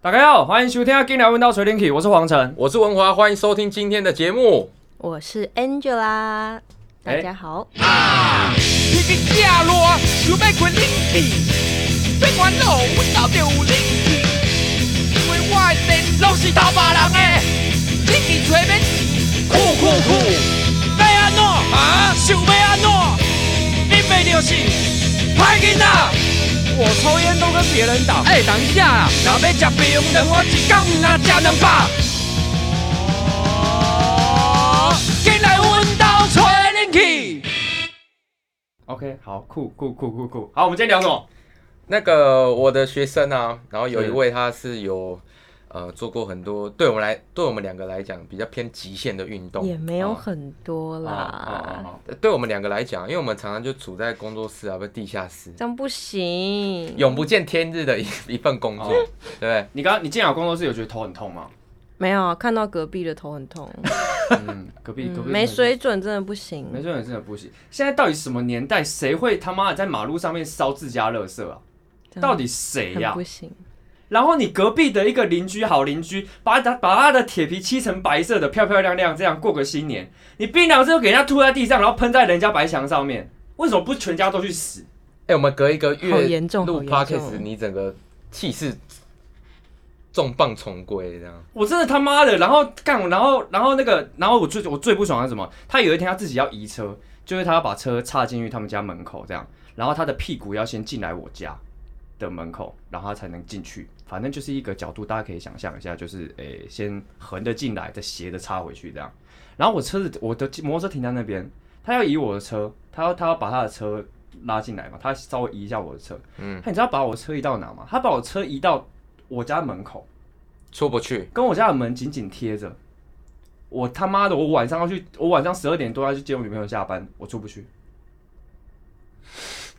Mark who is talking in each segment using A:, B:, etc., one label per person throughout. A: 大家好，欢迎收听《今聊问道锤天 k 我是黄晨。
B: 我是文华，欢迎收听今天的节目。
C: 我是
A: 哎
C: Angela，大家好。
D: 天气正热，想要困冷气，别烦恼，阮家就有冷气。因为我的电拢是偷别人的，冷气吹免钱，酷酷酷！要安怎啊？想要安怎？你袂就是歹囡仔。
A: 我抽烟都跟别人打，
D: 哎、等一下啦，若要食冰糖，我一工若食两百。哦，进来阮家吹冷气。
A: OK，好，酷酷酷酷酷。好，我们今天聊什么？
B: 那个我的学生啊，然后有一
A: 是
B: 位他是有呃做过很多对我们来对我们两个来讲比较偏极限的运动，
C: 也没有
B: 啊
C: 很多啦，
A: 啊
B: 呃对我们两个来讲，因为我们常常就处在工作室啊，不是地下室，
C: 这样不行。
B: 永不见天日的一一份工作，
A: 哦
B: 对不对？
A: 你刚你进来工作室有觉得头很痛 吗？
C: 没有啊看到隔壁的头很痛，
A: 嗯，隔壁
C: 嗯
A: 隔壁
C: 没水
A: 水，
C: 准真的不行。
A: 没水准真的不行。现在到底什么年代？谁会他妈的在马路上面烧自家垃圾啊？
C: 真的
A: 到底谁呀、
C: 嗯很不行。
A: 然后你隔壁的一个邻居，好邻居，把他把他的铁皮漆成白色的，漂漂亮亮，这样过个新年。你槟榔汁都给人家吐在地上，然后喷在人家白墙上面，为什么不全家都去死？
B: 哎、我们隔一个月
C: 好严重
B: 录
C: 好严重
B: podcast，你整个气势重磅重归这样。
A: 我真的他妈的，然后干，然后然后那个，然后我最我最不爽的是什么？他有一天他自己要移车，就是他要把车插进去他们家门口这样，然后他的屁股要先进来我家的门口，然后他才能进去。反正就是一个角度，大家可以想象一下，就是诶、先横的进来，再斜的插回去这样。然后我车子，我的摩托车停在那边，他要移我的车，他要他要把他的车拉进来嘛，他稍微移一下我的车。嗯，他你知道把我车移到哪吗？他把我车移到我家门口。
B: 出不去，
A: 跟我家的门紧紧贴着。我他妈的，我晚上要去，我晚上十二点多要去接我女朋友下班，我出不去，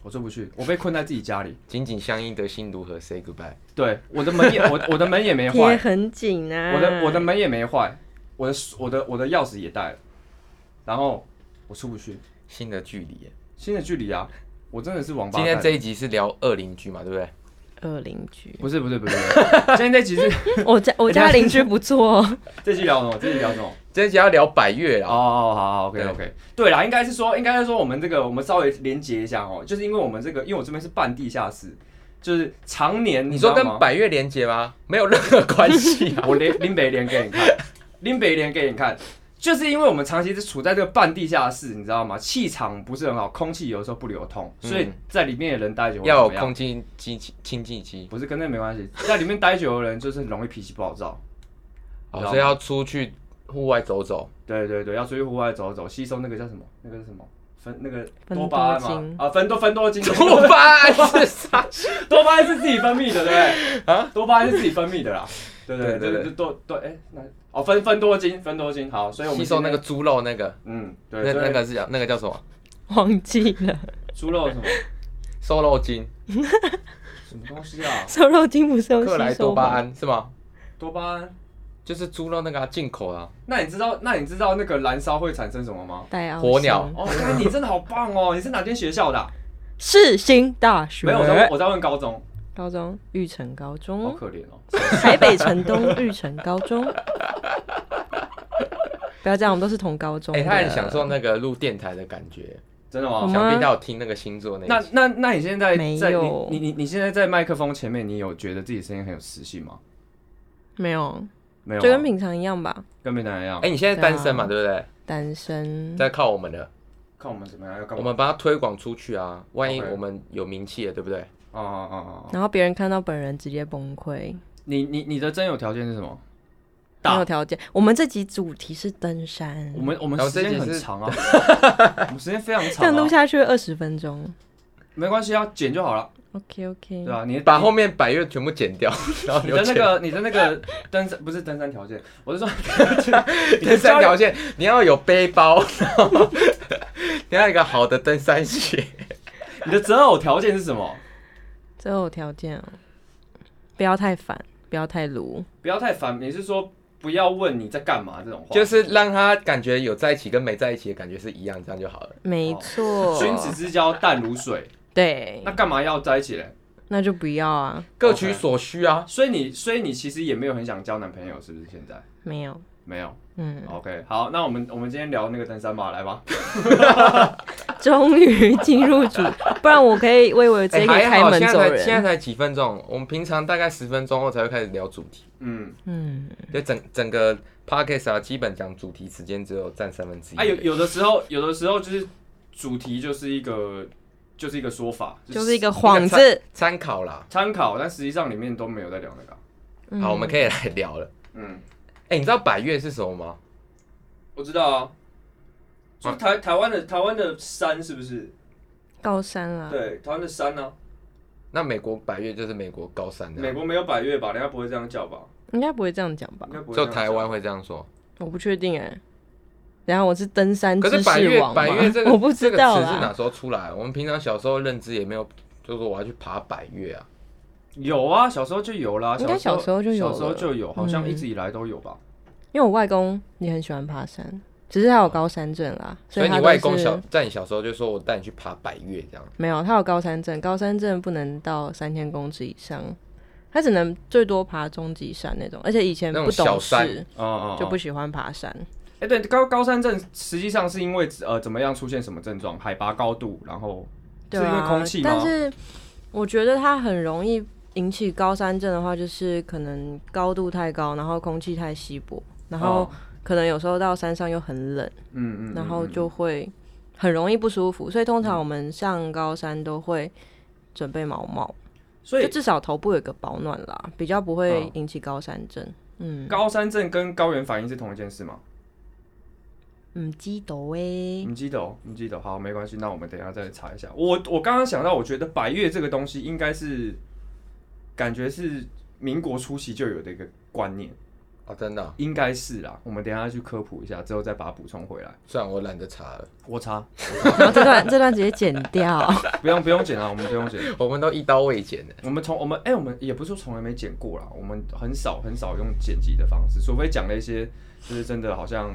A: 我出不去，我被困在自己家里。
B: 紧紧相依的心如何？Say goodbye。
A: 对，我的 门也我我的门也没
C: 贴
A: 坏，
C: 很紧啊！
A: 我的我的门也没坏，我的我的我的钥匙也带了，然后我出不去，
B: 新的距离。
A: 新的距离啊，我真的是王八
B: 今
A: 蛋。
B: 天这一集是聊二邻居嘛，对不对？
C: 二邻居，
A: 不是不是不是，不是今天这集 是
C: 我家我家邻居不错哦，
A: 这集聊什么？这集聊什么？
B: 这一集要聊百越
A: 哦，
B: 啦。
A: 好好，OK
B: 对
A: OK，对啦，应该是说，应该是说我们这个，我们稍微连接一下哦，就是因为我们这个，因为我这边是半地下室，就是常年
B: 你说
A: 知道吗
B: 跟百越连接吗？没有任何关系啊。
A: 我连林北连给你看， 林北连给你看，就是因为我们长期是处在这个半地下室，你知道吗？气场不是很好，空气有的时候不流通，所以
B: 嗯
A: 在里面的人待久了
B: 要
A: 怎么
B: 有
A: 样
B: 空气清清净机，
A: 不是跟那没关系，在里面待久的人就是很容易脾气暴躁。
B: 哦
A: 知道
B: 所以要出去户外走走。
A: 对对对，要出去户外走走，吸收那个叫什么？那个是什么？分那个
C: 分
A: 多巴胺
C: 多
A: 嘛
C: 精，
A: 啊，分多分多 精，
B: 多巴胺是啥？
A: 多巴胺是自己分泌的，对不对？啊，多巴胺是自己分泌的啦。对对
B: 对
A: 对
B: 对
A: 对，就多多哎，那哦分分多精，分多精，好，所以哎我们
B: 吸收那个
A: 今
B: 猪肉那个，
A: 天嗯，对，
B: 那
A: 所以
B: 那个是叫啊那个叫什么？
C: 忘记了
A: 猪肉什么
B: 瘦肉精，
A: 什么东西啊？
C: 瘦肉精不是有
B: 克莱
C: 吸
B: 多
C: 收
B: 巴
C: 吗？
B: 胺是吗？
A: 多巴胺。
B: 就是猪肉那个啊进口啊，
A: 那你知道那你知道那个燃烧会产生什么吗？
C: 带奥
B: 鸵鸟
A: 哦，看你真的好棒哦！你是哪间学校的啊？
C: 世新大学
A: 没有，我在问我在问高中，
C: 高中玉成高
A: 好
C: 中，
A: 可怜哦。
C: 台北城东玉成高 中。不要这样，我们都是同高中的。
B: 哎，他很享受那个录电台的感觉，
A: 真的
C: 我
A: 吗
C: 们？啊
B: 想必他有听那个星座那
A: 那
B: 一集。
A: 那那你现在
C: 嗯没
A: 在你
C: 有
A: 你你你现在在麦克风前面，你有觉得自己声音很有磁性吗？
C: 没有，
A: 没有啊，
C: 就跟平常一样吧。
A: 跟别人一样
B: 哎，。你现在单身嘛，
C: 对啊
B: 对不
C: 嗯
B: 对？
C: 单身
B: 在靠我们了，
A: 看我们怎么样，要干
B: 我
A: 嘛？
B: 们把它推广出去啊，万一
A: OK
B: 我们有名气了，对不对？
A: 哦哦哦哦哦。
C: 然后别人看到本人直接崩溃，
A: 你你你的真有条件是什么？
C: 没
A: 大
C: 有条件。我们这集主题是登山
A: 我，们我们
B: 然后
A: 时
B: 这
A: 间
B: 集
A: 很
B: 是
A: 长啊，我们时间非常
C: 这样
A: 长、
C: 录
A: 啊，
C: 下去二十分钟。啊
A: 没关系啊，剪就好了，
C: OK
A: 对啊
C: OK，
A: 吧、你
B: 把后面百越全部 剪掉，然后
A: 你
B: 留
A: 的那
B: 前
A: 个你的那个登山不是登山条件，我 是说你
B: 登
A: 的
B: 山
A: 交
B: 条
A: 友
B: 件，你要有背包， 然后你要有一个好的登山鞋。
A: 你的择偶条件是什么？
C: 最后条件哦，不要太烦，不要太鲁，
A: 不要太烦，你是说不要问你在干嘛这种话，
B: 就是让他感觉有在一起跟没在一起的感觉是一样，这样就好了。
A: 哦
C: 没错，
A: 君子之交淡如水，
C: 对
A: 那，干嘛要在一起嘞？
C: 那就不要啊，
B: 各取所需啊。
A: 所以你，所以你其实也没有很想交男朋友，是不是？现在
C: 没有，
A: 没有。
C: 嗯，
A: OK，好，那我们我们今天聊那个登山吧，来吧。
C: 终于进入 主，不然我可以，我以为直接可以
B: 哎还
C: 开
B: 好，
C: 门
B: 现在
C: 走
B: 才现在
C: 人，
B: 才几分钟，我们平常大概十分钟后才会开始聊主题，
A: 嗯，
C: 嗯，
B: 就整整个 podcast 啊，基本讲主题时间只有占三分之一。
A: 啊，有有的时候，有的时候就是主题就是一个就是一个说法，
C: 就是一个
B: 一
C: 幌
B: 个
C: 子，
B: 参考啦。
A: 参考，但实际上里面都没有在聊那个啊。
C: 嗯
B: 好，我们可以来聊了。
A: 嗯，
B: 哎、你知道百越是什么吗？
A: 我知道啊，就台台湾的台湾的山是不是？
C: 高山啦，
A: 对，台湾的山呢、
B: 那美国百越就是美国高山的
A: 美
B: 啊，
A: 国没有百越吧？人家不会这样叫吧？
C: 应该不会这样讲吧
A: 应？该不会这
B: 就
A: 样叫。
B: 台湾会这样说。
C: 我不确定哎、然后我是登山
B: 可
C: 知
B: 是百
C: 识
B: 越
C: 王吗
B: 百越这个
C: 我不知道啊
B: 这个词是哪
C: 啦。
B: 时候出来？我们平常小时候认知也没有，就说我要去爬百越啊。
A: 有啊，小时候就有啦，
C: 应该
A: 小
C: 小时候就有
A: 小时候
C: 了
A: 就有，好像
C: 嗯
A: 一直以来都有吧。
C: 因为我外公也很喜欢爬山，只是他有高山症啦，
B: 哦所以
C: 他
B: 你
C: 都
B: 外公
C: 是
B: 小在你小时候就说我带你去爬百越这样。
C: 没有，他有高山症，高山症不能到三千公尺以上，他只能最多爬中级山那种，而且以前
B: 那种
C: 不
B: 小
C: 懂
B: 山
C: 事
A: 哦哦
C: 就不喜欢爬山，
A: 哎、对，高高山症实际上是因为呃怎么样出现什么症状？海拔高度，然后
C: 对
A: 是因
C: 啊
A: 为空气吗
C: 但是我觉得它很容易引起高山症的话，就是可能高度太高，然后空气太稀薄，然后
A: 哦
C: 可能有时候到山上又很冷。
A: 嗯嗯，
C: 然后
A: 嗯
C: 就会很容易不舒服，所以通常我们上高山都会准备毛毛，
A: 所
C: 就
A: 以
C: 至少头部有个保暖啦，比较不会
A: 嗯
C: 引起高山症。嗯
A: 高山症跟高原反应是同一件事吗？
C: 嗯，鸡斗欸诶，
A: 你记得哦，你记得哦，好，没关系，那我们等一下再查一下。我我刚刚想到，我觉得百越这个东西应该是感觉是民国初期就有的一个观念，
B: 哦，真的啊、
A: 应该是啦。我们等一下去科普一下，之后再把它补充回来。
B: 虽然我懒得查了，
A: 我查，
C: 然后这段这段直接剪 掉，
A: 不用不用剪了，我们不用剪。
B: 我们都一刀未剪的。
A: 我们从我们哎、我们也不是说从来没剪过啦，我们很少很少用剪辑的方式，除非讲了一些就是真的好像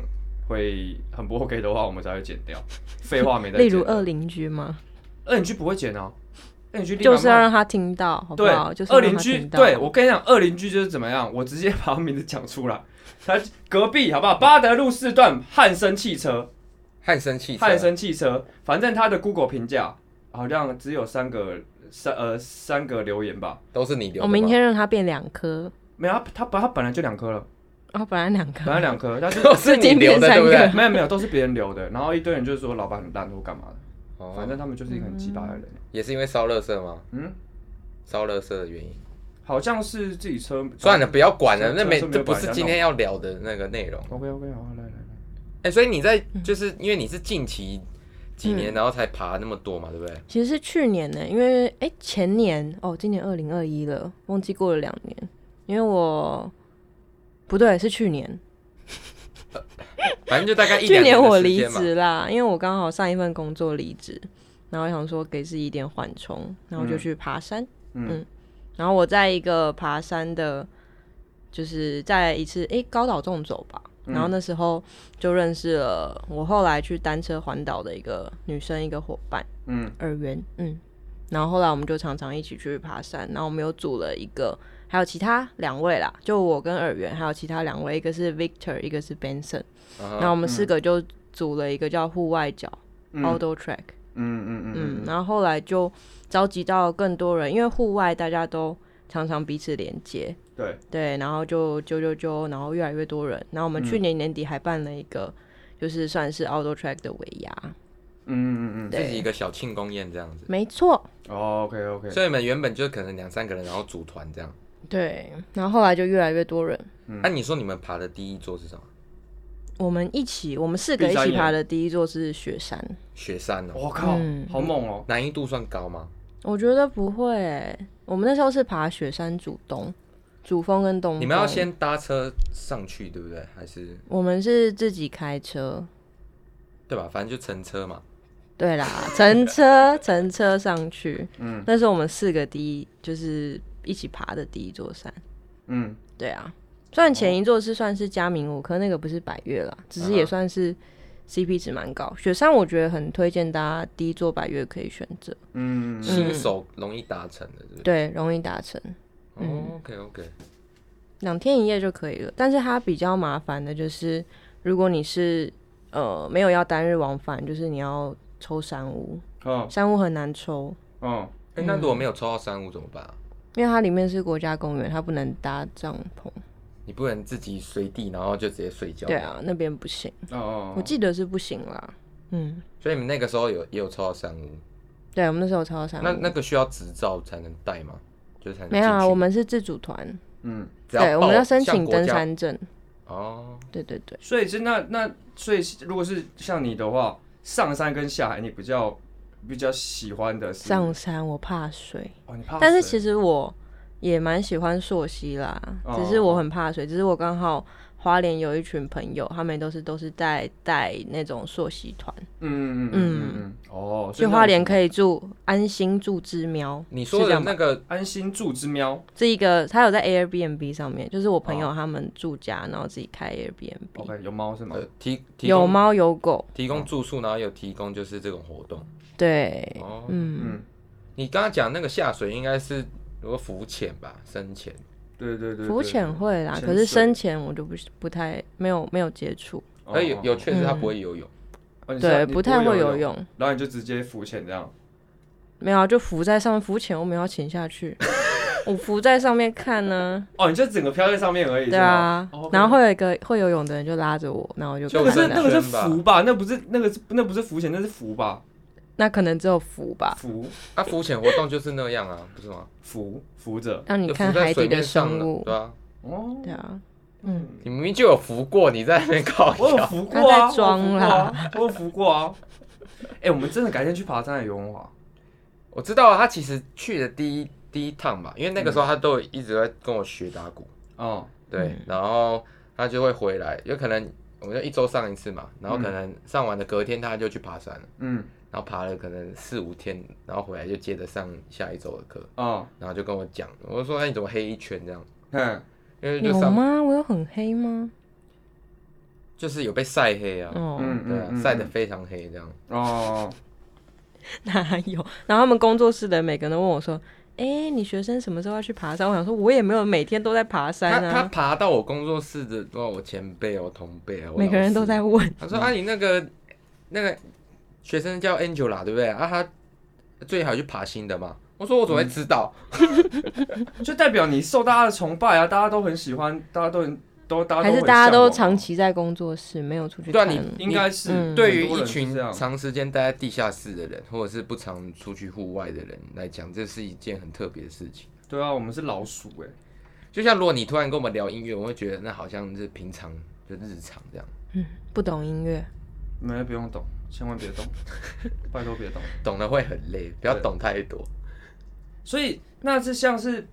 A: 会很不 OK 的话，我们才会剪 掉。废话没在
C: 例
A: 剪。
C: 如二，邻居嘛，
A: 二邻居不会剪啊，二邻居立马
C: 就是要
A: 骂
C: 让他听到，好不
A: 对
C: 好？就是
A: 二
C: 让
A: 邻
C: 他
A: 居，
C: 听到
A: 对我跟你讲，二邻居就是怎么样，我直接把他名字讲出来。他隔壁好不好？巴德路四段汉森汽车，
B: 汉森汽车，
A: 汉森汽车，反正他的 Google 评价好像只有三个三呃三个留言吧，
B: 都是你留的
C: 我
B: 吗。
C: 明天让他变两颗，
A: 没有他他本他本来就两颗了。
C: 哦，本来两颗，
A: 本来两颗，但 是
B: 都是你留的，对不
C: 最近变三
B: 对
C: 个？
A: 没有没有，都是别人留的。然后一堆人就说老板很烂或干嘛的，
B: 哦
A: 反正他们就是一个很鸡巴的人。
C: 嗯
B: 也是因为烧垃圾吗？
A: 嗯，
B: 烧垃圾的原因。
A: 好像是自己车
B: 算了，不要管了，
A: 算了
B: 那没
A: 算了
B: 这不是今天要聊的那个内容。
A: OK OK，好，来来来，
B: 哎，所以你在
C: 嗯
B: 就是因为你是近期几年，然后才爬那么多嘛，对不对？
C: 其实是去年呢、因为哎、诶前年哦，今年二零二一了，忘记过了两年，因为我不对，是去年，
B: 反正就大概一
C: 去
B: 两
C: 年
B: 的
C: 我
B: 时
C: 离
B: 间嘛
C: 职啦，因为我刚好上一份工作离职，然后想说给自己一点缓冲，然后就
A: 嗯
C: 去爬山，
A: 嗯
C: 然后我在一个爬山的，就是在一次哎、诶高岛纵走吧。然后那时候就认识了我后来去单车环岛的一个女生，一个伙伴。
A: 嗯
C: 耳缘，嗯。然后后来我们就常常一起去爬山，然后我们又组了一个，还有其他两位啦，就我跟耳缘，还有其他两位，一个是 Victor，一个是 Benson，、
B: 嗯
C: 然后我们四个就组了一个叫户外角、
A: 嗯
C: （Outdoor Track），
A: 嗯
C: 嗯
A: 嗯嗯，
C: 然后后来就召集到更多人，因为户外大家都常常彼此连接，
A: 对，
C: 对，然后就揪揪揪，然后越来越多人，然后我们去年年底还办了一个，就是算是 Outdoor Track 的尾牙，
A: 嗯嗯嗯
B: 自己一
C: 对，
B: 个小庆功宴这样子。
C: 没错，
A: 嗯，OK OK，
B: 所以你们原本就可能两三个人，然后组团这样。
C: 对，然后后来就越来越多人。
B: 那你说你们爬的第一座是什么？
C: 我们一起，我们四个
A: 闭
C: 一
A: 上
C: 起
A: 眼
C: 爬的第一座是雪山，
B: 雪山哦，
A: 我靠
C: 嗯，
A: 好猛哦，
B: 难易度算高吗？
C: 我觉得不会欸、我们那时候是爬雪山主东、主峰跟东峰。
B: 你们要，先搭车上去，对不对？还是
C: 我们是自己开车，
B: 对吧？反正就乘车嘛。
C: 对啦， 乘车乘车上去。
A: 嗯
C: 嗯，那是我们四个第一，就是一起爬的第一座山。
A: 嗯
C: 对啊，虽然前一座是算是嘉明湖，可那个不是百越啦，只是也算是 CP 值蛮高。雪山我觉得很推荐大家第一座百越可以选择，
A: 嗯，
B: 新手容易达成的，是不是？
C: 对，容易达成，嗯
B: 哦，OK OK，
C: 两天一夜就可以了。但是它比较麻烦的就是，如果你是呃没有要单日往返，就是你要抽山屋，
A: 哦
C: 山屋很难抽，
A: 哦，
B: 哎，
C: 嗯
B: 那如果没有抽到三五怎么办啊？
C: 因为它里面是国家公园，它不能搭帐篷。
B: 你不能自己随地，然后就直接睡觉。
C: 对，啊，那边不行，
A: 哦哦，
C: 我记得是不行啦。嗯，
B: 所以你们那个时候有也有抽到三五，
C: 对，我们那时候抽到山屋，
B: 那那个需要执照才能带吗？就是才能
C: 没有
B: 进
C: 啊，
B: 去
C: 我们是自主团，
A: 嗯，
B: 只
C: 对，我们
B: 报
C: 要申
B: 向
C: 请
B: 国
C: 登
B: 家
C: 山证。
B: 哦，
C: 对对对，
A: 所以是那那所以是如果是像你的话，上山跟下海你比较比较喜欢的是
C: 上山我怕水，
A: 哦，你怕
C: 但是
A: 水
C: 其实我也蛮喜欢溯溪啦，
A: 哦
C: 只是我很怕水，只是我刚好花莲有一群朋友，他们都是都是带带那种溯溪团，
A: 嗯嗯嗯嗯哦，
C: 去花莲
A: 以
C: 可以住安心住之喵，
B: 你
C: 是
B: 说
C: 这
B: 的
C: 样吧
B: 那个
A: 安心住之喵
C: 这一个他有在 Airbnb 上面，就是我朋友他们住
A: 哦
C: 家，然后自己开 Airbnb，、
A: ，OK 有猫是吗
B: 呃？提提
C: 有
B: 供
C: 猫有狗，
B: 提供住宿，然后有提供就是这种活动。
C: 对，
B: 哦，
C: 嗯，
A: 嗯，
B: 你刚刚讲那个下水应该是如果浮潜吧，深潜。
A: 对对对，
C: 浮
A: 对
C: 潜会啦，
A: 潜
C: 可是
A: 水
C: 深潜我就不不太没有没有接触，
A: 哦
B: 而有有确实他
C: 嗯
B: 不会游泳，
A: 哦你是
C: 对，
A: 你
C: 不太会
A: 游
C: 游，泳。
A: 然后你就直接浮潜这样，
C: 没有啊，就浮在上面，浮潜我没有要潜下 去，我浮在上面看呢、
A: 哦，你就整个飘在上面而已，
C: 对啊
A: 是吗，
C: 然后会有一个会游泳的人就拉着我，然后我就
A: 那
B: 就
A: 个
C: 看
A: 是
B: 是
A: 那
C: 那
A: 个是
B: 圈吧
A: 浮吧，那不是那个是那不是浮潜，那是浮吧，
C: 那可能只有浮吧，
A: 浮
B: 啊，浮潜活动就是那样啊，不是吗？
A: 浮浮着
C: 让你
B: 就浮
C: 看
B: 在
C: 海
B: 水
C: 底的
B: 面上
C: 生
B: 了，
C: 物
B: 对，啊，
A: 哦，
C: 对啊，嗯，
B: 你明明就有浮过，你在那 边靠
A: 我有
B: 腰。
A: 浮过啊，
C: 他在装啦
A: 我有浮过啊，我有浮过啊，哎， 我们真的改天去爬山的游泳滑，
B: 我知道啊他其实去的第一第一趟吧，因为那个时
A: 嗯
B: 候他都有一直在跟我学打鼓，
A: 哦，
B: 对，然后他就会回来，有可能我们就一周上一次嘛，然后可能上完的隔天他就去爬山了，
A: 嗯
B: 然后爬了可能四五天，然后回来就接着上下一周的课，
A: 哦，
B: 然后就跟我讲，我就说哎那你怎么黑一圈这样？
A: 嗯，
B: 因为就
C: 有
B: 上
C: 吗？我有很黑吗？
B: 就是有被晒黑啊，
C: 哦，
A: 嗯
B: 对啊
A: 嗯，嗯
B: 晒得非常黑这样。
A: 哦，
C: 哪有？然后他们工作室的每个人都问我说：“哎、你学生什么时候要去爬山？”我想说，我也没有每天都在爬
B: 他
C: 山
B: 他
C: 啊，
B: 爬到我工作室的，哇，我前辈啊，我同辈啊，我
C: 每个人
B: 老师
C: 都在。问，
B: 他说啊，你那个那个学生叫 Angela 对不对？啊，他最好去爬新的嘛。我说我怎么会知道？
A: 就代表你受大家的崇拜啊，大家都很喜欢，大家都很都大家都
C: 还是
A: 很
C: 大家
A: 向
C: 都
A: 往啊
C: 长期在工作室，没有出去
B: 对啊
C: 看。
B: 你
A: 应该是
C: 嗯
B: 对
A: 很
B: 于
A: 多
B: 一
A: 人是
B: 群
A: 这样
B: 长时间待在地下室的人，或者是不常出去户外的人来讲，这是一件很特别的事情。
A: 对啊，我们是老鼠哎、
B: 就像如果你突然跟我们聊音乐，我会觉得那好像是平常就日常这样，
C: 不懂音乐，
A: 没不用懂，千万别 动，拜托别动。
B: 懂了会很累，不要懂太多。
A: 所以那是像是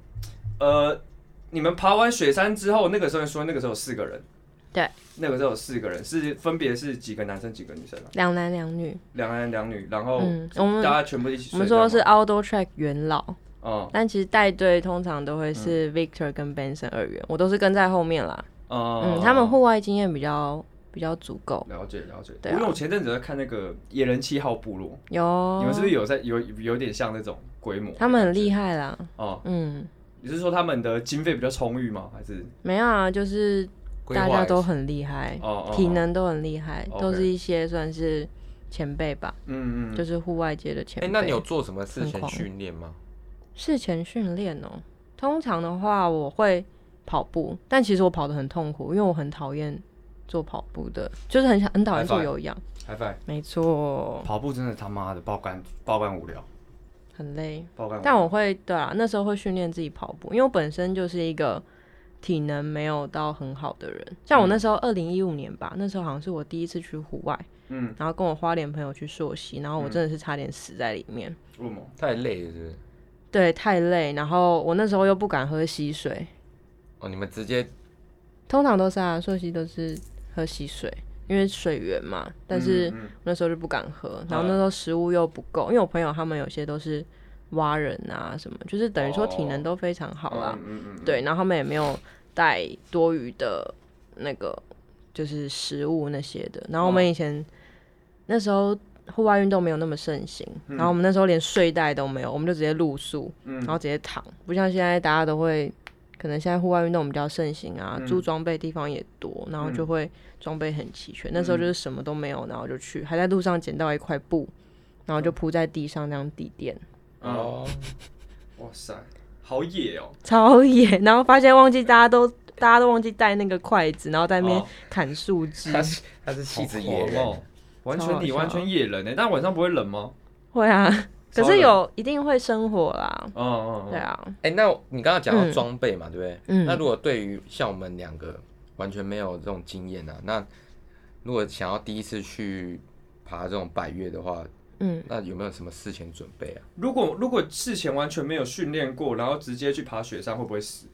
A: 呃，你们爬完雪山之后，那个时候你说那个时候有四个人，
C: 对，
A: 那个时候有四个人，是分别是几个男生几个女生啊？
C: 两男两女。
A: 两男两女，然后
C: 嗯，我们
A: 哦大家全部一起
C: 我
A: 睡
C: 们
A: 这样吗。
C: 说是 outdoor track 元老，
A: 哦，
C: 但其实带队通常都会是 Victor 跟 Benson 二元，我都是跟在后面啦。
A: 嗯
C: 嗯，他们户外经验比较比较足够。
A: 了解了解。
C: 对啊
A: 因为我前阵子有在看那个《野人七号部落》，
C: 有，
A: 你们是不是有在有有点像那种规模？
C: 哦他们很厉害啦。
A: 哦，
C: 嗯，
A: 你是说他们的经费比较充裕吗？还是
C: 没有啊，就是
B: 规划
C: 大
B: 一
C: 家
B: 下
C: 都很厉害
A: 哦哦，
C: 体能都很厉害，
A: OK
C: 都是一些算是前辈吧，
A: 嗯嗯
C: 就是户外界的前
B: 哎、
C: 辈。
B: 那你有做什么事
C: 疯
B: 前
C: 狂
B: 训练吗？
C: 事前训练哦？通常的话，我会跑步，但其实我跑得很痛苦，因为我很讨厌做跑步的，就是很想很讨厌做
A: High five
C: 有氧。
A: ，high five。
C: 没错，
A: 跑步真的他妈的爆肝爆肝无聊，
C: 很累。
A: 爆肝无聊。
C: 但我会对啊，那时候会训练自己跑步，因为我本身就是一个体能没有到很好的人。像我那时候二零一五年吧，那时候好像是我第一次去户外，
A: 嗯，
C: 然后跟我花莲朋友去溯溪，然后我
A: 嗯
C: 真的是差点死在里面。
A: 为什么？
B: 太累了是不是？
C: 对，太累，然后我那时候又不敢喝溪水，
B: 哦，你们直接
C: 通常都是啊，溯溪都是喝溪水，因为水源嘛。但是
A: 嗯嗯
C: 那时候就不敢喝，然后那时候食物又不够，因为我朋友他们有些都是蛙人啊什么，就是等于说体能都非常好啦。
A: 嗯嗯嗯，
C: 对，然后他们也没有
A: 哦
C: 带多余的那个就是食物那些的。然后我们以前那时候户外运动没有那么盛行，
A: 嗯
C: 然后我们那时候连睡袋都没有，我们就直接露宿，然后直接躺，不像现在大家都会，可能现在户外运动比较盛行啊，
A: 嗯
C: 租装备地方也多，然后就会装备很齐全。那时候就是什么都没有，然后就去，还在路上捡到一块布，然后就铺在地上那样地垫，
A: 哦，
B: 哦，
A: 哇塞，好野哦！
C: 超野， 然后发现忘记大家都。大家都忘记带那个筷子，然后在那边
A: 哦
C: 砍树枝，
B: 他是他是戏子野人，
A: 哦，完全你
C: 超好笑
A: 完全野人呢、欸但晚上不会冷吗？
C: 会啊，可
A: 超
C: 是
A: 冷
C: 有一定会生火啦，
A: 嗯嗯，嗯
C: 对，啊，
B: 哎、那你刚刚讲到
C: 嗯
B: 装备嘛，对不对？
C: 嗯
B: 那如果对于像我们两个完全没有这种经验啊，那如果想要第一次去爬这种百越的话，
C: 嗯，
B: 那有没有什么事前准备啊？
A: 如果如果事前完全没有训练过，然后直接去爬雪山，会不会死？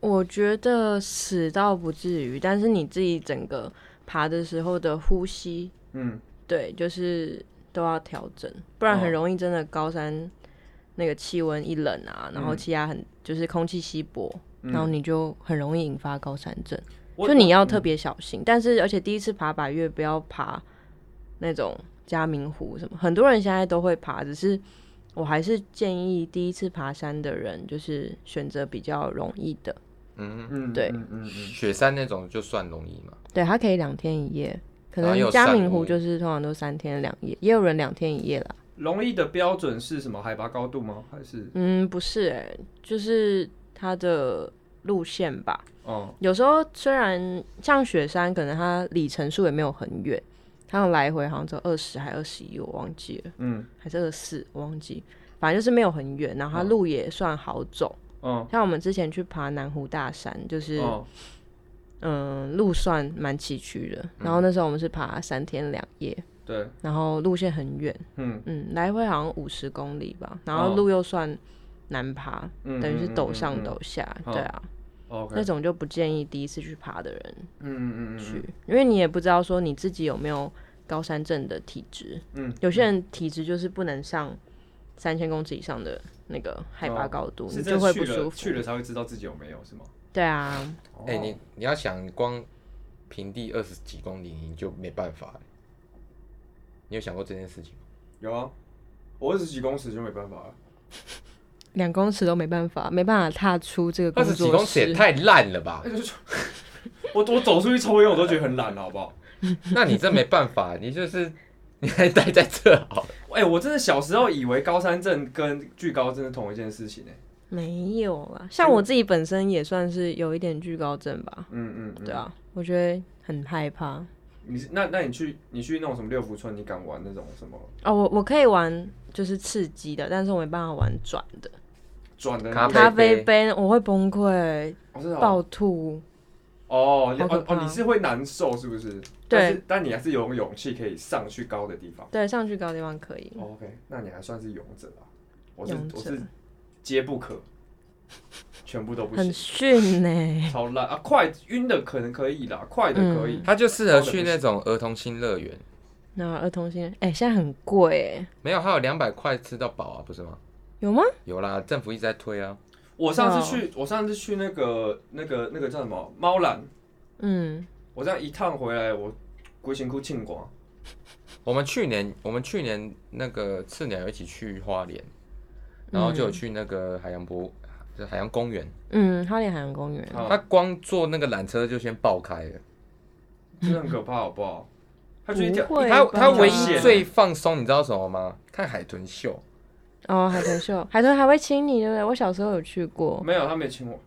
C: 我觉得死倒不至于，但是你自己整个爬的时候的呼吸，
A: 嗯，
C: 对，就是都要调整，不然很容易真的高山那个气温一冷啊，然后气压很就是空气稀薄，
A: 嗯
C: 然后你就很容易引发高山症，
A: 我嗯
C: 就你要特别小心。但是而且第一次爬百越不要爬那种嘉明湖什么，很多人现在都会爬，只是。我还是建议第一次爬山的人，就是选择比较容易的，
B: 嗯，
A: 嗯，
C: 对
A: 嗯嗯嗯，
B: 雪山那种就算容易嘛。
C: 对，它可以两天一夜，可
B: 然后
C: 能
B: 有
C: 嘉
B: 散
C: 明湖
B: 步
C: 就是通常都三天两夜，也有人两天一夜啦。
A: 容易的标准是什么？海拔高度吗？还是
C: 嗯，不是哎、就是它的路线吧。
A: 哦
C: 有时候虽然像雪山，可能它里程数也没有很远，它有来回好像只有二十还二十一，我忘记了，
A: 嗯
C: 还是二四，我忘记。反正就是没有很远，然后它
A: 嗯
C: 路也算好走。
A: 哦
C: 像我们之前去爬南湖大山，就是
A: 哦
C: 嗯、路算蛮崎岖
A: 嗯
C: 的。然后那时候我们是爬三天两夜，
A: 对，
C: 然后路线很远，
A: 嗯
C: 嗯，来回好像五十公里吧，然
A: 哦
C: 后路又算难爬，
A: 嗯，
C: 等于是陡上
A: 的
C: 陡下，
A: 嗯
C: 对啊，
A: ，OK，
C: 那种就不建议第一次去爬的人
A: 嗯嗯嗯
C: 去，
A: 嗯，
C: 因为你也不知道说你自己有没有高山症的体质，
A: 嗯，
C: 有些人体质就是不能上三千公尺以上的那个海拔高度，
A: 哦是
C: 你
A: 真的
C: 就会
A: 去
C: 不
A: 了
C: 舒
A: 去
C: 服
A: 了，才会知道自己有没有是吗？哦
C: 对啊，
B: 哎、你你要想光平地二十几公里你就没办法、你有想过这件事情吗？
A: 有啊，我二十几公尺就没办法了。
C: 两公尺都没办法，没办法踏出这个
B: 二
C: 工
B: 十几
C: 作
B: 公尺
C: 室
B: 也，太烂了吧？
A: 哎 我 我走出去抽烟，我都觉得很懒了，好不好？
B: 那你这没办法， 你就是你还待在这好了。
A: 哎、我真的小时候以为高山症跟巨高真的同一件事情呢、欸
C: 没有啦，像我自己本身也算是有一点惧高症吧，
A: 嗯嗯，嗯
C: 对。啊，我觉得很害怕。
A: 你是那那你去你去那种什么六福村，你敢玩那种什么
C: 哦，我我可以玩就是刺激的，但是我没办法玩转的。
A: 转的那
B: 咖啡啊
A: 种？
C: 咖啡杯我会崩溃，
A: 哦，是哦
C: 爆吐。
A: 哦你
C: 好可
A: 哦哦，
C: 怕
A: 你是会难受是不是？但是，但你还是有勇气可以上去高的地方。
C: 对，上去高的地方可以。
A: 哦 OK，那你还算是勇者啊。我是
C: 嗯勇者
A: 我是皆不可，全部都不
C: 很
A: 行，
C: 逊呢、
A: 超烂啊！快晕的可能可以啦，快的可
C: 嗯
A: 以。
B: 他就适合去那种儿童新乐园，
C: 那儿童心，哎、现在很贵、欸，
B: 没有，还有两百块吃到饱啊，不是吗？
C: 有吗？
B: 有啦，政府一直在推啊。
A: 我上次去，我上次去那个那个那个叫什么猫缆，
C: 嗯，
A: 我这样一趟回来，我龟辛苦庆光，
B: 我们去年，我们去年那个次鸟有一起去花莲，然后就有去那个海洋博物，就海洋公园。
C: 嗯，花莲海洋公园，
A: 啊
B: 他光坐那个缆车就先爆开了。
A: 真的很可怕，好不好？它就一条
C: 不会
B: 他
C: 吧
B: 他
A: 很
B: 唯一
A: 险
B: 最放松，你知道什么吗？看海豚秀。
C: 哦，海豚秀，海豚还会亲你，对不对？我小时候有去过。
A: 没有，他没请我。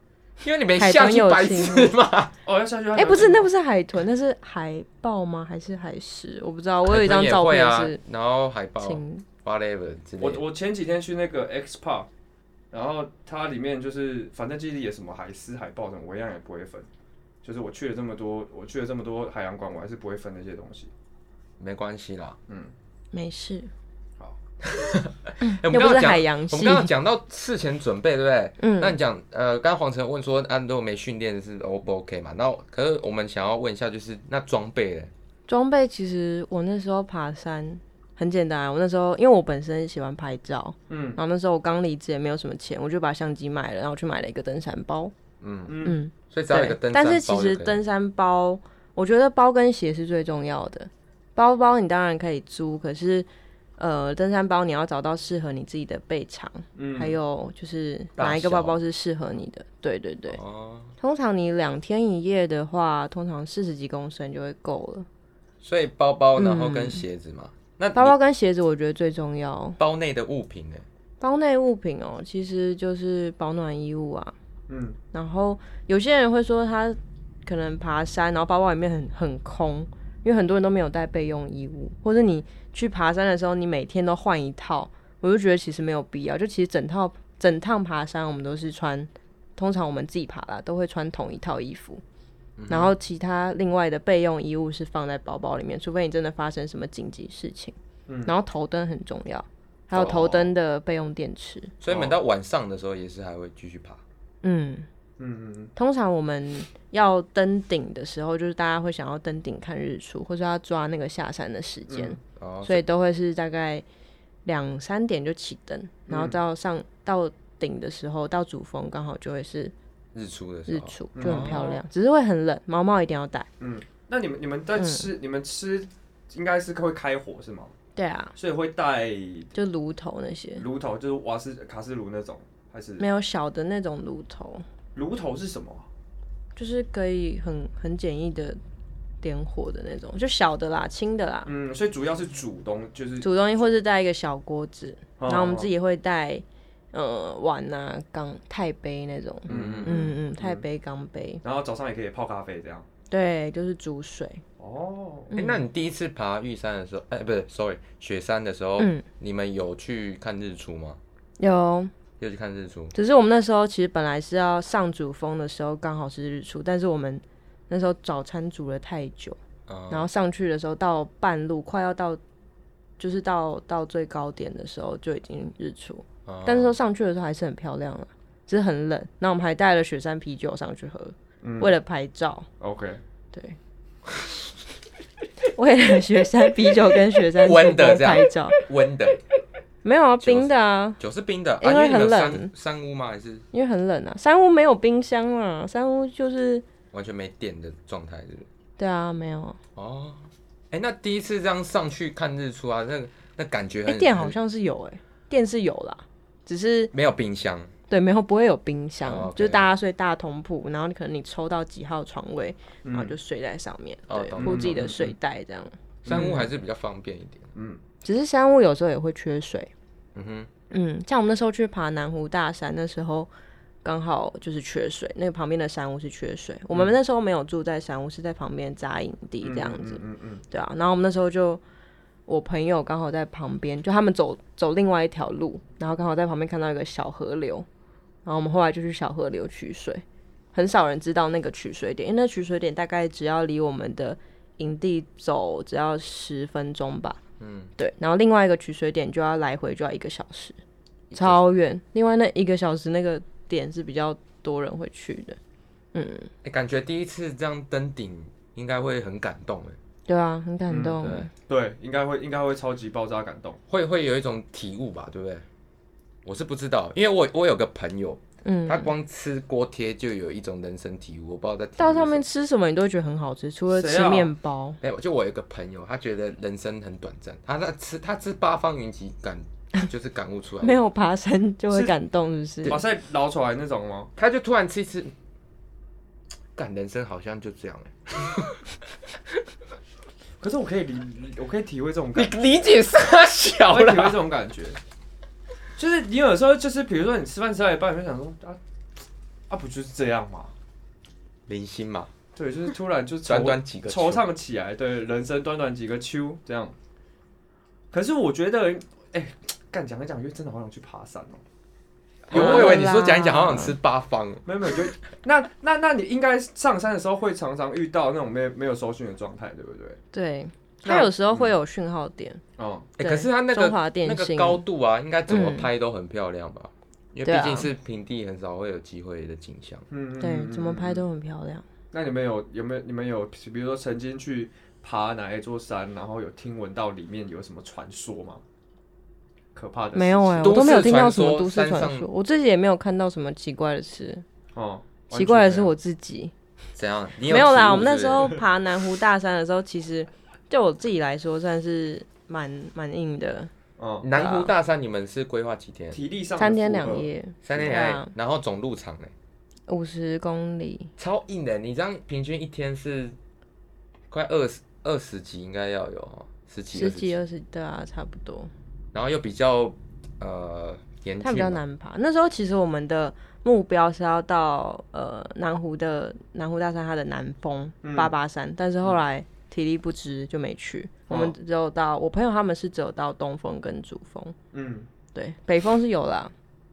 B: 因为你没下去白痴嘛，
A: 哦，要下去。哎
B: 啊
C: 哎、不是，那不是海豚，那是海豹吗？还是海狮？我不知道，我有一张照
B: 海豚也
C: 片
B: 会
C: 是
B: 啊，然后海豹
C: 亲，
B: whatever 之类
A: 我
B: 的。
A: 我前几天去那个 X Park，然后它里面就是反正基地也什么海狮、海豹什么，我一样也不会分。就是我去了这么多，我去了这么多海洋馆，我还是不会分那些东西。
B: 没关系 啦。
C: 没事，
B: 哎我
C: 又
B: 们
C: 不
B: 刚
C: 是
B: 刚讲
C: 海，洋
B: 我
C: 系
B: 们。刚刚讲到事前准备，对不对？
C: 嗯
B: 那你讲，呃，刚刚黄晨问说，啊，如果没训练是 O 不 OK 嘛？那可是我们想要问一下，就是那装备嘞，
C: 装备其实我那时候爬山很简单啊，我那时候因为我本身喜欢拍照，
A: 嗯
C: 然后那时候我刚离职也没有什么钱，我就把相机买了，然后去买了一个登山包。
B: 嗯，
A: 嗯
C: 嗯，
B: 所以只要有一个
C: 对
B: 登。山
C: 但
B: 包
C: 是
B: 就
C: 其
B: 可以
C: 实登山包，我觉得包跟鞋是最重要的。包包你当然可以租，可是呃，登山包你要找到适合你自己的背长，
A: 嗯
C: 还有就是
B: 大
C: 哪一个包
B: 小
C: 包是适合你的。对对对，
B: 哦，
C: 通常你两天一夜的话，通常四十几公升就会够了。
B: 所以包包，然后
C: 嗯
B: 跟鞋子嘛。那
C: 包
B: 你
C: 包跟鞋子我觉得最重要。
B: 包内的物品呢？
C: 包内物品哦，其实就是保暖衣物啊。
A: 嗯，
C: 然后有些人会说他可能爬山，然后包包里面很很空，因为很多人都没有带备用衣物，或者你去爬山的时候，你每天都换一套，我就觉得其实没有必要。就其实整套整趟爬山，我们都是穿，通常我们自己爬啦，都会穿同一套衣服。
B: 嗯
C: 然后其他另外的备用衣物是放在包包里面，除非你真的发生什么紧急事情。
A: 嗯
C: 然后头灯很重要，还有头
B: 哦
C: 灯的备用电池。
B: 所以你们到晚上的时候也是还会继续爬。
C: 嗯，
A: 嗯嗯
C: 通常我们要登顶的时候，就是大家会想要登顶看日出，或是要抓那个下山的时间，
B: 哦，
C: 所以都会是大概两三点就起登，然后到上、到顶的时候，到主峰刚好就会是
B: 日出的时
C: 日
B: 候，
C: 出，就很漂亮，只是会很冷，毛毛一定要带。
A: 嗯。那你们你们在吃，
C: 嗯
A: 你们吃应该是会开火是吗？
C: 对啊，
A: 所以会带
C: 就炉头那些，
A: 炉头，就是瓦斯卡式炉那种，还是
C: 没有小的那种炉头，
A: 炉头是什么啊？
C: 就是可以很很简易的点火的那种，就小的啦，轻的啦，
A: 嗯，所以主要是煮东，就是
C: 啊煮东西或是带一个小锅子。然后我们自
A: 己，
C: 己会带呃碗啊、钢钛杯那种，
A: 嗯嗯，
C: 嗯嗯，钛杯、钢杯，
A: 然后早上也可以泡咖啡这样。
C: 对，就是煮水。
A: 哦，
C: 嗯
B: 哎、那你第一次爬玉山的时候，哎、不是，sorry，雪山的时候，
C: 嗯
B: 你们有去看日出吗？
C: 有，
B: 有去看日出？
C: 只是我们那时候其实本来是要上主峰的时候刚好是日出，但是我们那时候早餐煮了太久，
B: 嗯，
C: 然后上去的时候到半路快要到。就是到到最高点的时候就已经日出，
B: 哦
C: 但是说上去的时候还是很漂亮了，啊只是很冷。那我们还带了雪山啤酒上去喝，
A: 嗯
C: 为了拍照。
A: ，OK，
C: 对， 为了雪山啤酒跟雪 山
B: 温的
C: 雪峰
B: 这样
C: 拍照，
B: 温的，
C: 没有啊，冰的啊，
B: 酒是冰的，啊、
C: 因为
B: 你们有
C: 很冷
B: 山山屋吗？还是
C: 因为很冷啊。山屋没有冰箱啊，山屋就是
B: 完全没电的状态？是不是？
C: 对啊，没有啊。
B: 哦，哎、那第一次这样上去看日出啊，那个那感觉
C: 哎、
B: 很
C: 电好
B: 很
C: 像是有哎、电是有啦，只是
B: 没有冰箱，
C: 对没有不会有冰箱，
B: 哦，OK
C: 就是大家睡大通铺，然后你可能你抽到几号床位，然哦后就睡在上面，
B: 哦
C: 对，
B: 懂
C: 铺
A: 嗯懂
C: 自己的
A: 懂
C: 睡袋这样。
B: 山屋还是比较方便一点。
A: 嗯
C: 只是山屋有时候也会缺水，
B: 嗯哼，
C: 嗯，像我们那时候去爬南湖大山，那时候刚好就是缺水，那个旁边的山屋是缺水。我们那时候没有住在山屋，是在旁边扎营地这样子，
A: 嗯嗯嗯
C: 对啊。然后我们那时候就，我朋友刚好在旁边，就他们走走另外一条路，然后刚好在旁边看到一个小河流，然后我们后来就去小河流取水。很少人知道那个取水点，因为那取水点大概只要离我们的营地走只要十分钟吧。
B: 嗯，
C: 对，然后另外一个取水点就要来回就要一个小时，超远。另外那一个小时那个点是比较多人会去的，嗯，
B: 哎感觉第一次这样登顶应该会很感动哎，
C: 对啊，很感动。
B: 对，
A: 对，应该会应该会超级爆炸感动。
B: 会会有一种体悟吧，对不对？我是不知道，因为我我有个朋友，
C: 嗯，
B: 他光吃锅贴就有一种人生体悟，我不知道在体悟
C: 到上
B: 什
C: 面
B: 么。
C: 吃什么你都会觉得很好吃，除了
A: 谁
C: 吃
A: 啊
C: 面包，
B: 没有，就我有一个朋友，他觉得人生很短暂，他他吃他吃八方云集感就是感悟出来，
C: 没，有爬山就会
A: 是
C: 感动，是不是
A: 把？菜捞出来那种吗？
B: 他就突然吃一吃，感人生好像就这样哎、
A: 可是我可以理，我可以体会这种感，
B: 你理解沙小
A: 我可以体会
B: 啦
A: 这，种感觉。就是你有时候就是，比如说你吃饭吃到一半，你就想说啊啊，不就是这样吗？
B: 明星嘛，
A: 对，就是突然就惆
B: 短短几个
A: 惆
B: 秋
A: 怅起来，对，人生短短几个秋这样。可是我觉得，哎、干讲一讲，因为真的好想去爬山哦、
B: 有
C: 好
B: 我以为你
C: 啦
B: 说讲一讲，好想吃八方，欸
A: 没有没有，就 那那那你应该上山的时候会常常遇到那种没有没有收讯的状态，对不对？
C: 对，
A: 那
C: 它有时候会有讯号点，
A: 哦、
B: 哎、
C: 对
B: 可是他那个
C: 中华电
B: 那个
C: 信
B: 高度啊，应该怎么
C: 嗯
B: 拍都很漂亮吧？因
C: 对
B: 为
C: 啊
B: 毕竟是平地，很少会有机会的景象。
A: 嗯，嗯
C: 对，
A: 嗯
C: 怎么
A: 嗯
C: 拍都很漂亮。
A: 那你们有有没有你们有比如说曾经去爬哪一座山，然后有听闻到里面有什么传说吗？可怕的事情
C: 没有哎、
B: 都
C: 我都没有
B: 市
C: 听
B: 传
C: 到什么
B: 说
C: 都市
B: 山
C: 传
B: 上
C: 说，我自己也没有看到什么奇怪的事，
A: 哦，完
C: 奇怪的
A: 全
C: 是
A: 没有
C: 我自己。
B: 怎样？你
C: 没有
B: 有
C: 啦，
B: 体悟
C: 我们那
B: 是不是
C: 时候爬南湖大山的时候，其实就我自己来说，算是蛮蛮硬的，
A: 嗯，
B: 南湖大山你们是规划几天？
C: 啊
A: 体力上的
C: 三天
A: 负荷
C: 两，夜，
B: 三天
C: 对
B: 两夜
C: 啊，
B: 然后总路场呢，欸
C: 五十公里，
B: 超硬的。你这样平均一天是快二十二十集，应该要有哦十几
C: 十
B: 二十
C: 几
B: 集，
C: 二十，对啊，差不多。
B: 然后又比较呃严
C: 它
B: 峻
C: 比较
B: 嘛，
C: 难爬。那时候其实我们的目标是要到呃南湖的南湖大山它的南峰
A: 嗯
C: 八八山，但是后来体力不支就没去。
A: 哦
C: 我们只有到我朋友他们是只有到东峰跟主峰，
A: 嗯
C: 对，北峰是有啦，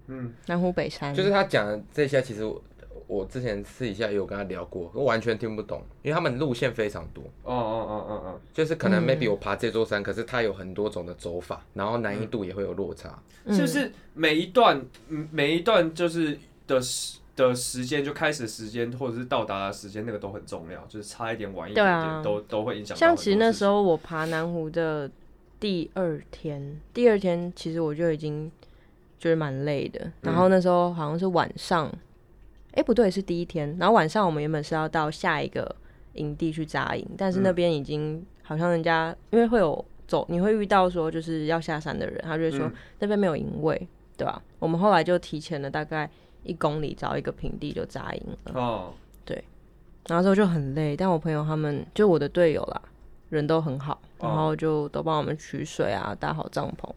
A: 嗯，
C: 南湖北山
B: 就是他讲的这些，其实我我之前私底下也有跟他聊过，我完全听不懂，因为他们路线非常多，
A: 哦哦哦哦
B: 就是可能
C: 嗯
B: maybe 我爬这座山，可是它有很多种的走法，然后
A: 嗯
B: 难易度也会有落差。
A: 哦，
C: 嗯
A: 是不是每一段嗯每一段就是的时的时间就开始的时间或者是到达的时间那个都很重要，就是差一点晚一点
C: 对啊
A: 点都都会影响到很多事情。
C: 像其实那时候我爬南湖的第二天，第二天其实我就已经觉得蛮累
A: 嗯
C: 的。然后那时候好像是晚上，哎、不对，是第一天。然后晚上我们原本是要到下一个营地去扎营，但
A: 嗯
C: 是那边已经好像人家因为会有走，你会遇到说就是要下山的人，他就会说、
A: 嗯
C: 那边没有营位，对吧、我们后来就提前了大概一公里找一个平地就扎营了。
A: 哦，
C: 然后之后就很累，但我朋友他们就我的队友啦，人都很好，
A: 哦
C: 然后就都帮我们取水啊，搭好帐篷，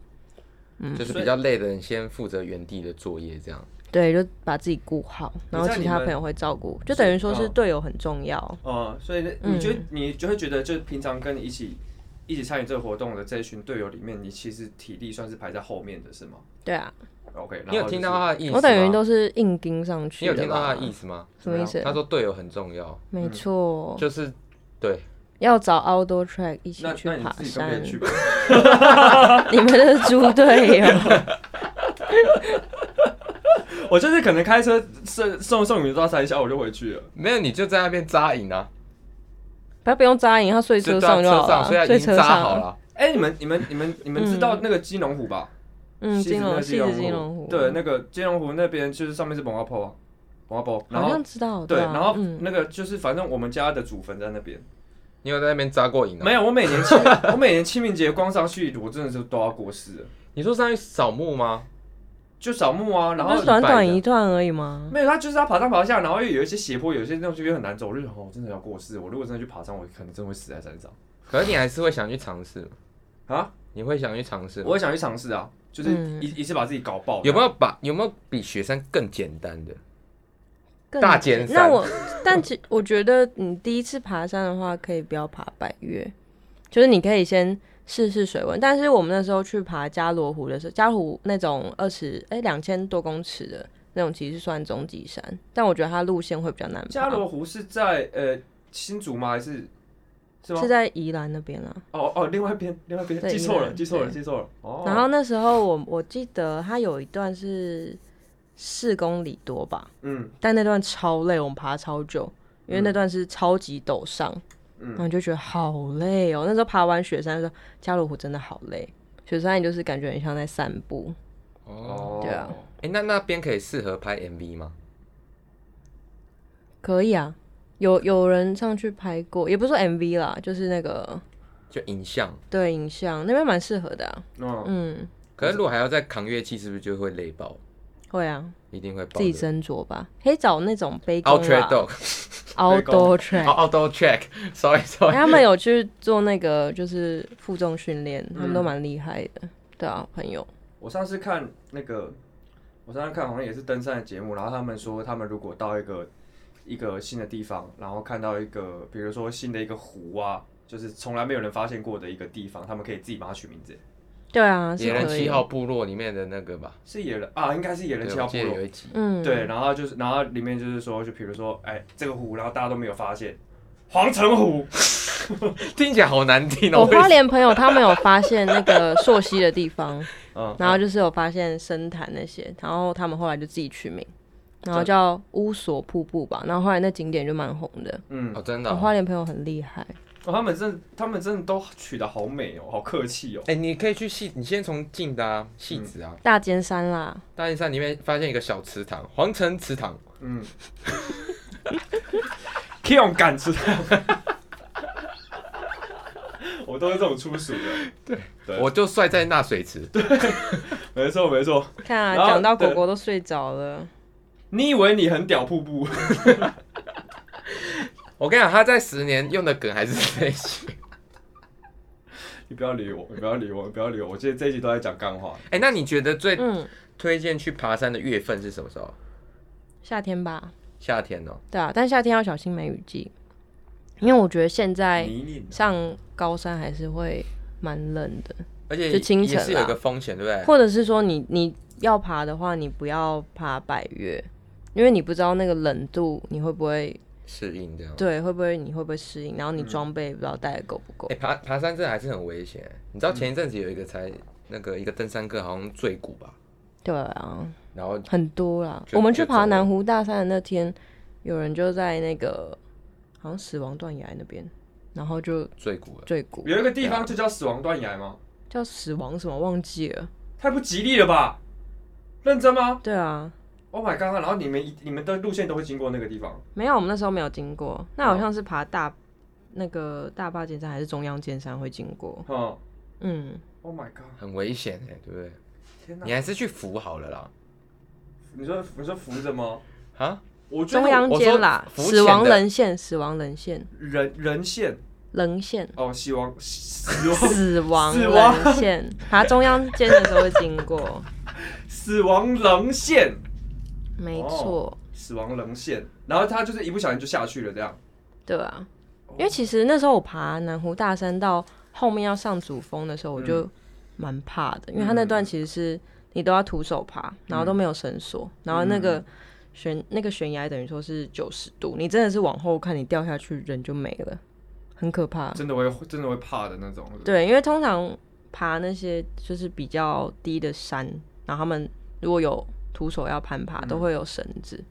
A: 嗯
B: 就是比较累的人先负责原地的作业，这样
C: 对，就把自己顾好，然后
A: 在
C: 其
A: 你
C: 他
A: 们
C: 朋友会照顾，就等于说是
A: 哦
C: 队友很重要。
A: 哦，所以那
C: 嗯
A: 你就、你就会觉得，就是平常跟你一起一起参与这个活动的这一群队友里面，你其实体力算是排在后面的，是吗
C: 对啊，
A: ？OK，然后
B: 你有听到他的意思吗？
C: 我等于都是硬盯上
B: 你
C: 去
B: 有
C: 的吧。哦
B: 听到他的意思吗？
C: 什么意思？
A: 嗯
B: 他说队友很重要，
C: 没错，
B: 就是对，
C: 要找 outdoor track 一起
A: 那
C: 去
A: 那你
C: 爬
A: 自己跟别
C: 山
A: 人。去吧。
C: 你们的猪队友，
A: 我就是可能开车送送送你到山下，我就回去了。
B: 没有你就在那边扎营啊，
C: 他不用扎营，他睡
B: 就
C: 车
B: 在
C: 上就
B: 车
C: 好
B: 上，所以
A: 啊
B: 他
C: 了，睡
B: 已经
C: 车
B: 扎好
C: 上。啊
B: 了。啊
A: 哎、你们你们你们你们知道那个金龙湖吧？
C: 嗯，
A: 西子
C: 金
A: 那
C: 龙，
A: 个
C: 西子金龙湖，
A: 对，，那个金龙湖那边就是上面是蒙阿坡啊，蒙阿坡，然
C: 好
A: 后
C: 像知道。
A: 对，
C: 啊
A: 然后
C: 嗯，
A: 那个就是反正我们家的祖坟在那边。
B: 你有在那边扎过营啊？
A: 没有，我每年清 我每年清明节光上去，我真的是都要过世了，
B: 你说上去扫墓吗？
A: 就扫墓啊，然
C: 不
A: 后
C: 是短
B: 拜
C: 短
B: 的
C: 一段而已吗？
A: 没有，他就是要爬上爬下，然后又有一些斜坡，有一些东西又很难走，我就想，哦，我真的要过世。我如果真的去爬山，我可能真的会死在山上
B: 可是你还是会想去尝试吗
A: 啊！
B: 你会想去尝试吗？
A: 我也啊想去尝试啊，就是
C: 嗯
A: 一、一次把自己搞爆。
B: 有没有把有没有比雪山更简单的？
C: 更
B: 大尖山
C: 那我，但其我觉得你第一次爬山的话，可以不要爬百越，就是你可以先试试水温。但是我们那时候去爬加罗湖的时候，加罗湖那种二十哎两千多公尺的那种，其实算中级山，但我觉得它路线会比较难爬。
A: 加罗湖是在呃新竹吗？还是是吗
C: 是？在宜兰那边啊。
A: 哦哦，另外一边，另外一边
C: 对
A: 记错
C: 宜
A: 了，
C: 兰
A: 记错了，
C: 对
A: 记错了。哦，
C: 然后那时候我我记得它有一段是四公里多吧，
A: 嗯
C: 但那段超累，我们爬超久，因为那段是超级陡上，
A: 嗯
C: 然后就觉得好累哦。那时候爬完雪山的时候，加罗湖真的好累，雪山也就是感觉很像在散步。
B: 哦，
A: 哦，
C: 对啊
B: 哎、那那边可以适合拍 MV 吗？
C: 可以啊，有有人上去拍过，也不是说 MV 啦，就是那个
B: 就影像。
C: 对影像那边蛮适合的、啊。
A: 嗯，
C: 嗯，
B: 可是如果还要再扛乐器，是不是就会累爆？
C: 会啊，
B: 一定会爆的。
C: 自己斟酌吧。可以找那种背弓
B: Out track
C: 啦
B: dog，
C: ，outdoor track。哎
B: 哦 outdoor track，sorry sorry。
C: 他们有去做那个就是负重训练，他们都蛮厉害的。对啊，朋友，
A: 我上次看那个，我上次看好像也是登山的节目，然后他们说，他们如果到一个一个新的地方，然后看到一个，比如说新的一个湖啊，就是从来没有人发现过的一个地方，他们可以自己帮它取名字，
C: 对啊，是
B: 野人
C: 可以
B: 七。号部落里面的那个吧，
A: 是野人啊，应该是野人
B: 对
A: 七号
B: 我
A: 部
B: 记得
A: 落
B: 有。一集，
C: 嗯，
A: 对，然后就是，然后里面就是说，就比如说，哎，这个湖，然后大家都没有发现，黄城湖，
B: 听起来好难听哦。
C: 我花莲朋友他们有发现那个溯溪的地 方，
A: 嗯，
C: 然后就是有发现深潭那些，然后他们后来就自己取名，然后叫乌索瀑布吧。然后后来那景点就蛮红的。
A: 嗯，
B: 哦，真的
C: 我
B: 哦、
C: 花莲朋友很厉害，
A: 哦，他们真的，他们真的都取得好美哦，好客气哦。
B: 哎、你可以去戏，你先从近的啊，戏子
A: 嗯
B: 啊，
C: 大尖山啦，
B: 大雁山里面发现一个小池塘，皇城池塘，
A: 嗯 k i o n 感知。我都是这种粗俗的。对
B: 我就帅在那水池。
A: 没错没错，
C: 看啊，
A: 然后
C: 讲到
A: 对
C: 狗狗都睡着了，
A: 你以为你很屌瀑布？
B: 我跟你讲，他在十年用的梗还是这些。
A: 你不要理我，你不要理我，你不要理我。我今天这一集都在讲干话。
B: 哎、那你觉得最
C: 嗯，
B: 推荐去爬山的月份是什么时候？
C: 夏天吧，
B: 夏天哦、
C: 对啊，但夏天要小心梅雨季，因为我觉得现在
A: 泥泞的
C: 上高山还是会蛮冷的，
B: 而且
C: 就清晨
B: 也
C: 啦
B: 是有一个风险，对不对？
C: 或者是说你你要爬的话，你不要爬百越，因为你不知道那个冷度你会不会
B: 适应这样。
C: 对会不会你会不会适应，然后你装备不知道带的够不够
B: 哎、。爬爬山真的还是很危险。你知道前一阵子有一个才那个一个登山客好像坠谷吧，
C: 对啊，
B: 然后
C: 很多啦。
B: 就
C: 我们去
B: 就走
C: 爬
B: 了
C: 南湖大山的那天，有人就在那个好像死亡断崖那边，然后就
B: 坠谷了。
C: 坠谷，
A: 有一个地方就叫死亡断崖吗？
C: 叫死亡什么忘记了。
A: 太不吉利了吧？认真吗
C: 对啊，
A: ？Oh my god！然后你们一你们的路线都会经过那个地方，
C: 没有，我们那时候没有经过，那好像是爬大那个大坝尖山还是中央尖山会经过。
A: 嗯
C: 嗯，
A: ，Oh my god！
B: 很危险哎、对不对？
A: 天哪
B: 你，还是去扶好了啦。
A: 你说你说扶着吗？
B: 啊，
A: 我觉
C: 中
A: 得
C: 央
B: 我
C: 尖啦，
B: 说浮
C: 死
B: 潜
C: 亡
B: 的
C: 人线，死亡人线，
A: 人人线
C: 人线，
A: 哦，死亡死亡
C: 死亡
A: 死亡
C: 人线，爬中央尖的时候会经 过，
A: 死亡棱线，
C: 没错。
B: 哦
A: 死亡棱线，然后他就是一不小心就下去了，这样。
C: 对啊，因为其实那时候我爬南湖大山到后面要上主峰的
B: 嗯
C: 时候，我就蛮怕的，因为它那段其实是你都要徒手爬，
B: 嗯
C: 然后都没有绳索，然后那个悬那个悬崖等于说是九十度，你真的是往后看，你掉下去人就没了，很可怕。
A: 真的会真的会怕的那种。
C: 对，因为通常爬那些就是比较低的山，然后他们如果有徒手要攀爬，都
B: 嗯
C: 会有绳子。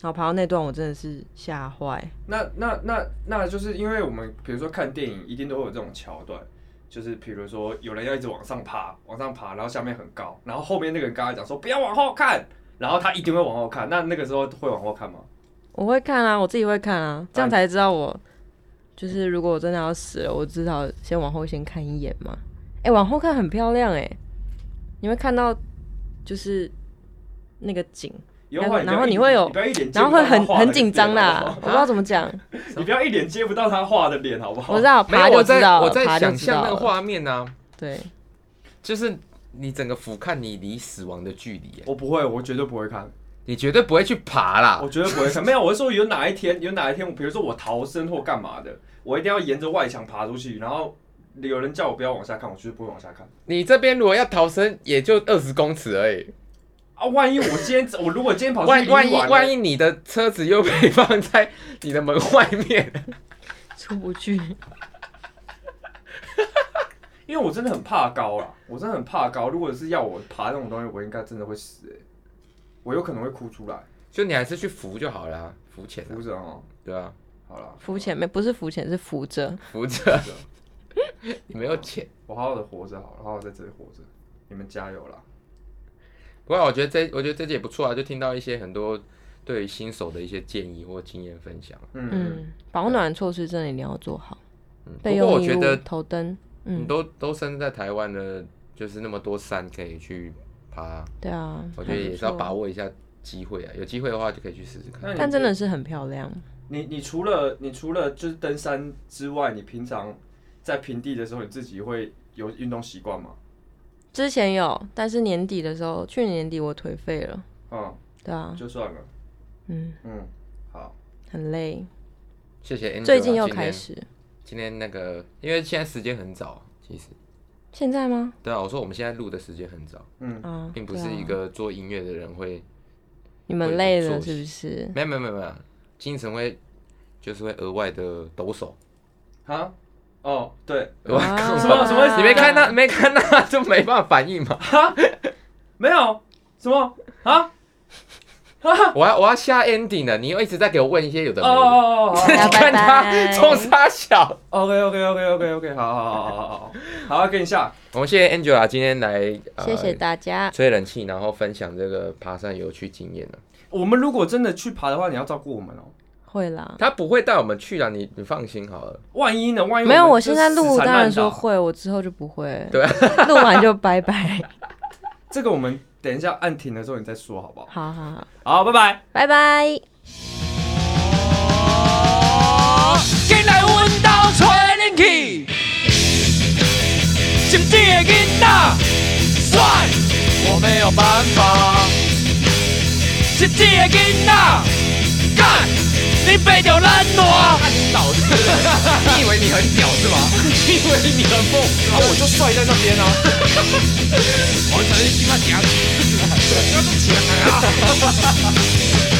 C: 然后爬到那段，我真的是吓坏。
A: 那那那那就是因为我们比如说看电影，一定都会有这种桥段，就是比如说有人要一直往上爬，往上爬，然后下面很高，然后后面那个人跟他讲说不要往后看，然后他一定会往后看。那那个时候会往后看吗？
C: 我会看啊，我自己会看啊，这样才知道我就是如果我真的要死了，我至少先往后先看一眼嘛。哎、往后看很漂亮哎、你会看到就是那个景，
A: 以后换
C: 然后你会有
A: 你不要一脸，
C: 然后会很很紧张啊啦。我不知道怎么讲，
A: 你不要一脸接不到他画的脸，好不好？
C: 我知道
B: 没
C: 爬
B: 有，我
C: 就知
B: 在
C: 道
B: 我
C: 了，
B: 在
C: 爬就
B: 想
C: 知
B: 象
C: 道
B: 那个
C: 了。
B: 画面呢、
C: 对，
B: 就是你整个俯瞰你离死亡的距离欸、
A: 我不会，我绝对不会看，
B: 你绝对不会去爬啦
A: 我。绝对不会看。没有，我是说有哪一天，有哪一天，比如说我逃生或干嘛的，我一定要沿着外墙爬出去，然后有人叫我不要往下看，我绝对不会往下看。
B: 你这边如果要逃生，也就二十公尺而已。
A: 啊，万一我今天我如果今天跑出
B: 万
A: 去
B: 万一
A: 玩了
B: 万一你的车子又被放在你的门外面，
C: 出不去。
A: 因为我真的很怕高啦，我真的很怕高。如果是要我爬那种东西，我应该真的会死、欸，我有可能会哭出来。
B: 就你还是去扶就好啦，浮潜啊
A: 不，是哦，
B: 对啊，
A: 好啦，
C: 浮潜没不是浮潜是浮着，
B: 扶着。你没有潜，
A: 我好好的活着好了，好好在这里活着，你们加油啦！
B: 不过我觉得这我觉得这集也不错啊，就听到一些很多对于新手的一些建议或经验分享。
A: 嗯，
C: 嗯，保暖措施真的一定要做好，
B: 嗯，不
C: 备
B: 过
C: 用
B: 我
C: 衣
B: 觉
C: 物
B: 得、
C: 头灯，
B: 你
C: 嗯，
B: 都都生在台湾的，就是那么多山可以去爬，
C: 对啊，
B: 我觉得也是要把
C: 握，
B: 握一下机会啊，有机会的话就可以去试试看。
A: 那你
C: 但真的是很漂亮。
A: 你你除了你除了就是登山之外，你平常在平地的时候，你自己会有运动习惯吗？
C: 之前有，但是年底的时候，去年年底我颓废了，
A: 嗯，
C: 对啊，
A: 就算了，
C: 嗯，
A: 嗯，好，
C: 很累，
B: 谢谢啊 Angela，
C: 最近又
B: 今天
C: 开始，
B: 今天那个，因为现在时间很早，其实
C: 现在吗？
B: 对啊，我说我们现在录的时间很早，
A: 嗯，
C: 啊，
B: 并不
C: 对
B: 是
C: 啊
B: 一个做音乐的人会，
C: 你们累了
B: 会
C: 是
B: 做
C: 不是？
B: 没有没有没有没有，精神会就是会额外的抖擞，
A: 好，哦，对，
B: 额外
C: 啊
B: 抖擞
A: 什么什么
B: 你没看到，没看到就没办法反 应嘛？
A: 没有什么啊。
B: 我要我要下 ending 了，你又一直在给我问一些有的
A: 哦哦哦
B: 没的，你
A: 哦
C: 好
B: 看
C: 拜拜
B: 他冲沙小。
A: ，OK OK OK OK OK，好好好好好好，好，好跟一下，
B: 我们谢谢 Angela 今天来，呃
C: 谢谢大家，
B: 吹冷气，然后分享这个爬山有趣经验呢。
A: 我们如果真的去爬的话，你要照顾我们哦。
C: 会啦。
B: 他不会带我们去的，你你放心好了。
A: 万一呢？
B: 哎
A: 万一
C: 没有，
A: 我
C: 我
A: 们
C: 现在
A: 就死
C: 录
A: 缠
C: 当
A: 烂啊
C: 然说
A: 打，
C: 会，我之后就不会。
B: 对，
C: 录完就拜拜。
A: 这个我们等一下按停的时候你再说好不好？
C: 好好好，
A: 好，拜拜。
C: 拜拜。
D: 进来阮兜找恁去，心机的囡仔，帅，我没有办法。心机的囡仔，干，你背着咱烂。
B: 老子，你以为你很屌是 吗？你以为你很梦？然后我就帅在那边啊！
D: 我才是鸡巴强，不要都强啊！